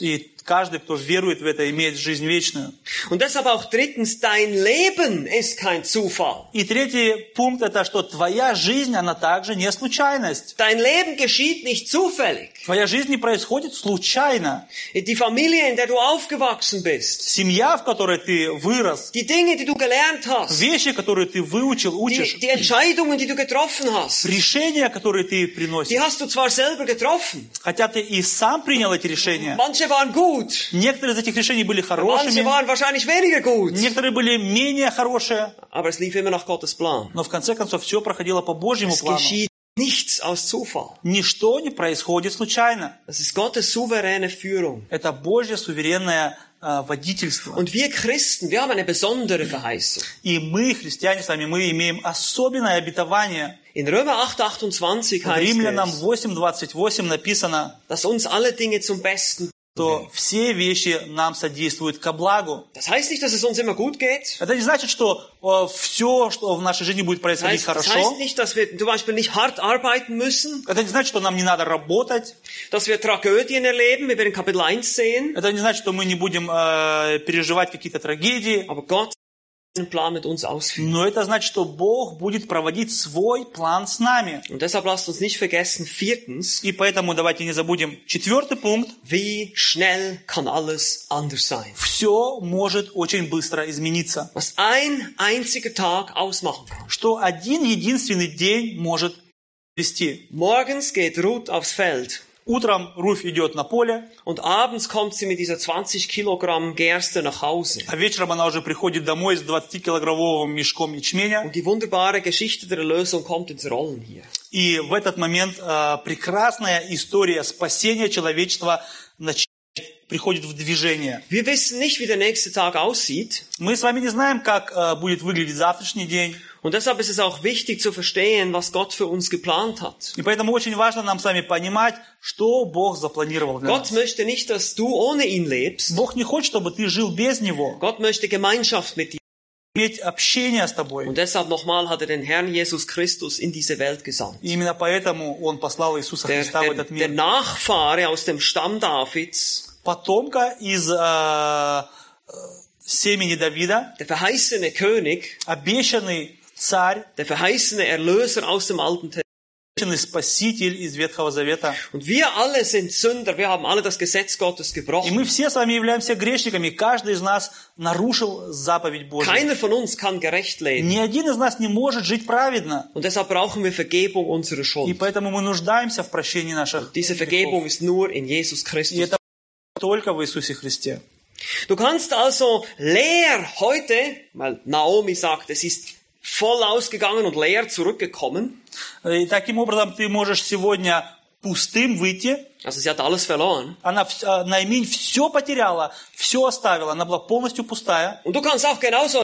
B: И каждый, кто верует в это, имеет жизнь вечную.
A: Und deshalb auch drittens, dein Leben ist kein Zufall.
B: И третий пункт это, что твоя жизнь, она также не случайность.
A: Dein Leben geschieht nicht zufällig.
B: Твоя жизнь не происходит случайно.
A: Die Familie, in der du aufgewachsen bist,
B: Семья, в которой ты вырос,
A: die Dinge, die du gelernt hast,
B: вещи, которые ты выучил,
A: die,
B: учишь,
A: die Entscheidungen, die du getroffen hast,
B: решения, которые ты
A: die
B: приносишь,
A: hast du zwar selber getroffen.
B: хотя ты и сам принял эти решения.
A: Manche waren gut,
B: Некоторые из этих решений были
A: manche
B: хорошими,
A: waren wahrscheinlich weniger gut.
B: некоторые были менее хорошие,
A: Aber es lief immer nach Gottes Plan.
B: но в конце концов все проходило по Божьему
A: Es
B: плану.
A: geschieht nichts aus Zufall.
B: Ничто не происходит случайно.
A: Es ist Gottes souveräne Führung.
B: Это Божье суверенное э, водительство.
A: Und wir Christen, wir haben eine besondere Verheißung.
B: И мы, христиане с вами, мы имеем особенное обетование.
A: In Römer 8, 28
B: В
A: heißt
B: Римлянам
A: es,
B: 8.28 написано,
A: dass uns alle Dinge zum Besten.
B: что все вещи нам содействуют ко благу.
A: Das heißt nicht, dass es uns immer gut geht.
B: Это не значит, что все, что в нашей жизни будет
A: Das
B: происходить
A: heißt, das
B: хорошо.
A: heißt nicht, dass wir zum Beispiel nicht hart arbeiten müssen,
B: Это не значит, что нам не надо работать.
A: dass wir Tragödien erleben, wie wir in Kapitel 1 sehen.
B: Это не значит, что мы не будем э, переживать какие-то трагедии.
A: Aber Gott hat einen Plan mit uns ausführen.
B: Но это значит, что Бог будет проводить свой план с нами.
A: Und deshalb lasst uns nicht vergessen, viertens,
B: И поэтому давайте не забудем четвертый пунkt.
A: wie schnell kann alles anders sein?
B: Все может очень быстро измениться.
A: Was ein einziger Tag ausmachen kann.
B: Что один единственный день может вести.
A: Morgens geht Ruth aufs Feld
B: Утром Руфь идет на поле,
A: und abends kommt sie mit dieser 20 Kilogramm Gerste nach Hause.
B: а вечером она уже приходит домой с 20-килограммовым мешком ячменя.
A: Und die wunderbare Geschichte der Erlösung kommt ins Rollen hier.
B: И в этот момент э, прекрасная история спасения человечества начинает приходит в движение.
A: Wir wissen nicht, wie der nächste Tag aussieht.
B: Мы с вами не знаем, как э, будет выглядеть завтрашний день,
A: Und deshalb ist es auch wichtig zu verstehen, was Gott für uns geplant hat.
B: и поэтому очень важно нам с вами понимать, что Бог запланировал для
A: Gott
B: нас.
A: möchte nicht, dass du ohne ihn lebst.
B: Бог не хочет, чтобы ты жил без Него,
A: Gott möchte Gemeinschaft mit dir.
B: иметь общение с тобой.
A: Und deshalb nochmal hat er den Herrn Jesus Christus in diese Welt gesandt.
B: И именно поэтому Он послал Иисуса
A: Der,
B: Христа в
A: der,
B: этот
A: der
B: мир.
A: Nachfahre aus dem Stamm Davids,
B: Потомка из э, э, семени Давида,
A: der verheißene König,
B: обещанный царь,
A: der verheißene Erlöser aus dem Alten Testament.
B: обещанный спаситель из Ветхого Завета.
A: Und wir alle sind Sünder, wir haben alle das Gesetz Gottes
B: И
A: gebrochen.
B: мы все с вами являемся грешниками. Каждый из нас нарушил заповедь Божью.
A: Keiner von uns kann gerecht leben.
B: Ни один из нас не может жить праведно.
A: Und deshalb brauchen wir Vergebung unserer
B: И
A: Schuld.
B: поэтому мы нуждаемся в прощении наших
A: Diese
B: грехов.
A: Vergebung ist nur in Jesus
B: И
A: Christus.
B: это только в Иисусе Христе.
A: Du kannst also leer heute, weil Naomi sagt, es ist voll ausgegangen und leer zurückgekommen.
B: И таким образом ты можешь сегодня пустым выйти.
A: Also sie hat alles verloren.
B: Она, вс- а, Найминь, все потеряла, все оставила. Она была полностью пустая.
A: Und du kannst auch genauso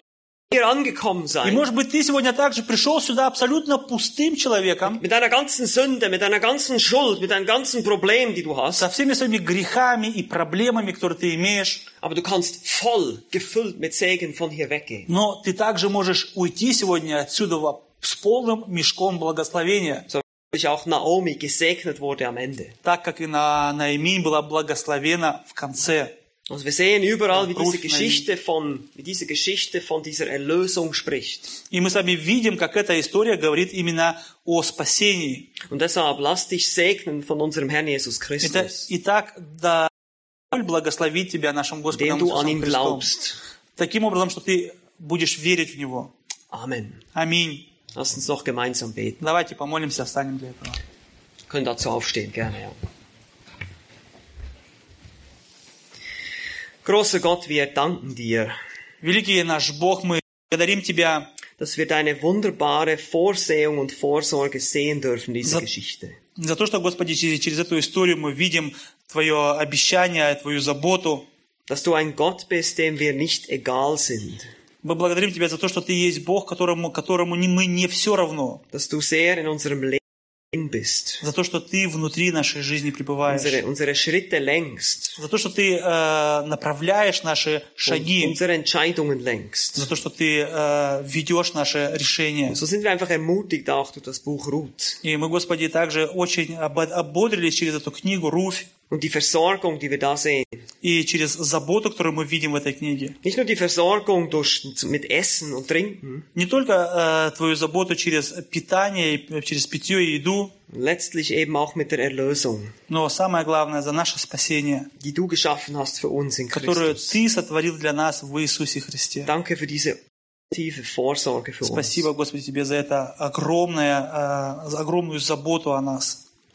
A: hier angekommen
B: И,
A: sein.
B: может быть, ты сегодня также пришел сюда абсолютно пустым человеком,
A: Mit deiner ganzen Sünde, mit deiner ganzen Schuld, mit deinem ganzen Problem, die du hast.
B: со всеми своими грехами и проблемами, которые ты имеешь.
A: Aber du kannst voll gefüllt mit Segen von hier weggehen.
B: Но ты также можешь уйти сегодня отсюда во- с полным мешком благословения,
A: So wie auch Naomi gesegnet wurde am Ende.
B: так как и на Наиминь была благословена в конце.
A: Also wir sehen überall, wie diese
B: Prüfen.
A: Geschichte von, wie diese Geschichte von dieser Erlösung spricht.
B: И мы с вами видим, как эта история говорит именно о спасении.
A: Und deshalb lass dich segnen von unserem Herrn Jesus
B: Это
A: Christus,
B: и так да, благословить тебя нашим
A: indem
B: Господом
A: du an ihn
B: Иисусом Христом.
A: glaubst.
B: Таким образом, что ты будешь верить в Него.
A: Amen.
B: Аминь.
A: Lass uns noch gemeinsam beten.
B: Давайте помолимся, встанем для этого.
A: Wir können dazu aufstehen, gerne. Ja. Großer Gott, wir danken dir,
B: Великий наш Бог, мы благодарим Тебя
A: dass wir deine wunderbare Vorsehung und Vorsorge sehen dürfen, diese
B: Ja.
A: Geschichte.
B: За то, что, Господи, через, через эту историю мы видим Твое обещание, Твою заботу.
A: Dass du ein Gott bist, dem wir nicht egal sind.
B: Мы благодарим Тебя за то, что Ты есть Бог, которому, которому не, мы не все равно.
A: Dass du sehr in unserem Leben bist.
B: За то, что Ты внутри нашей жизни
A: Unsere,
B: пребываешь.
A: unsere Schritte längst.
B: За то, что Ты э, направляешь наши
A: Und
B: шаги.
A: unsere Entscheidungen
B: За
A: längst.
B: то, что Ты э, ведешь наши решения.
A: So sind wir einfach ermutigt auch durch das Buch Ruth.
B: И мы, Господи, также очень обо- ободрились через эту книгу «Руфь»
A: Und die Versorgung, die wir da sehen.
B: и через заботу, которую мы видим в этой книге.
A: Nicht nur die Versorgung durch, mit Essen und Trinken,
B: Не только э, Твою заботу через питание, и, э, через питье и еду,
A: letztlich eben auch mit der Erlösung,
B: Но самое главное за наше спасение,
A: die du geschaffen hast für uns in
B: которое
A: Christus.
B: Ты сотворил для нас в Иисусе Христе.
A: Danke für diese tiefe Vorsorge für uns.
B: Спасибо, Господи, Тебе за это огромное, э, за огромную заботу о нас.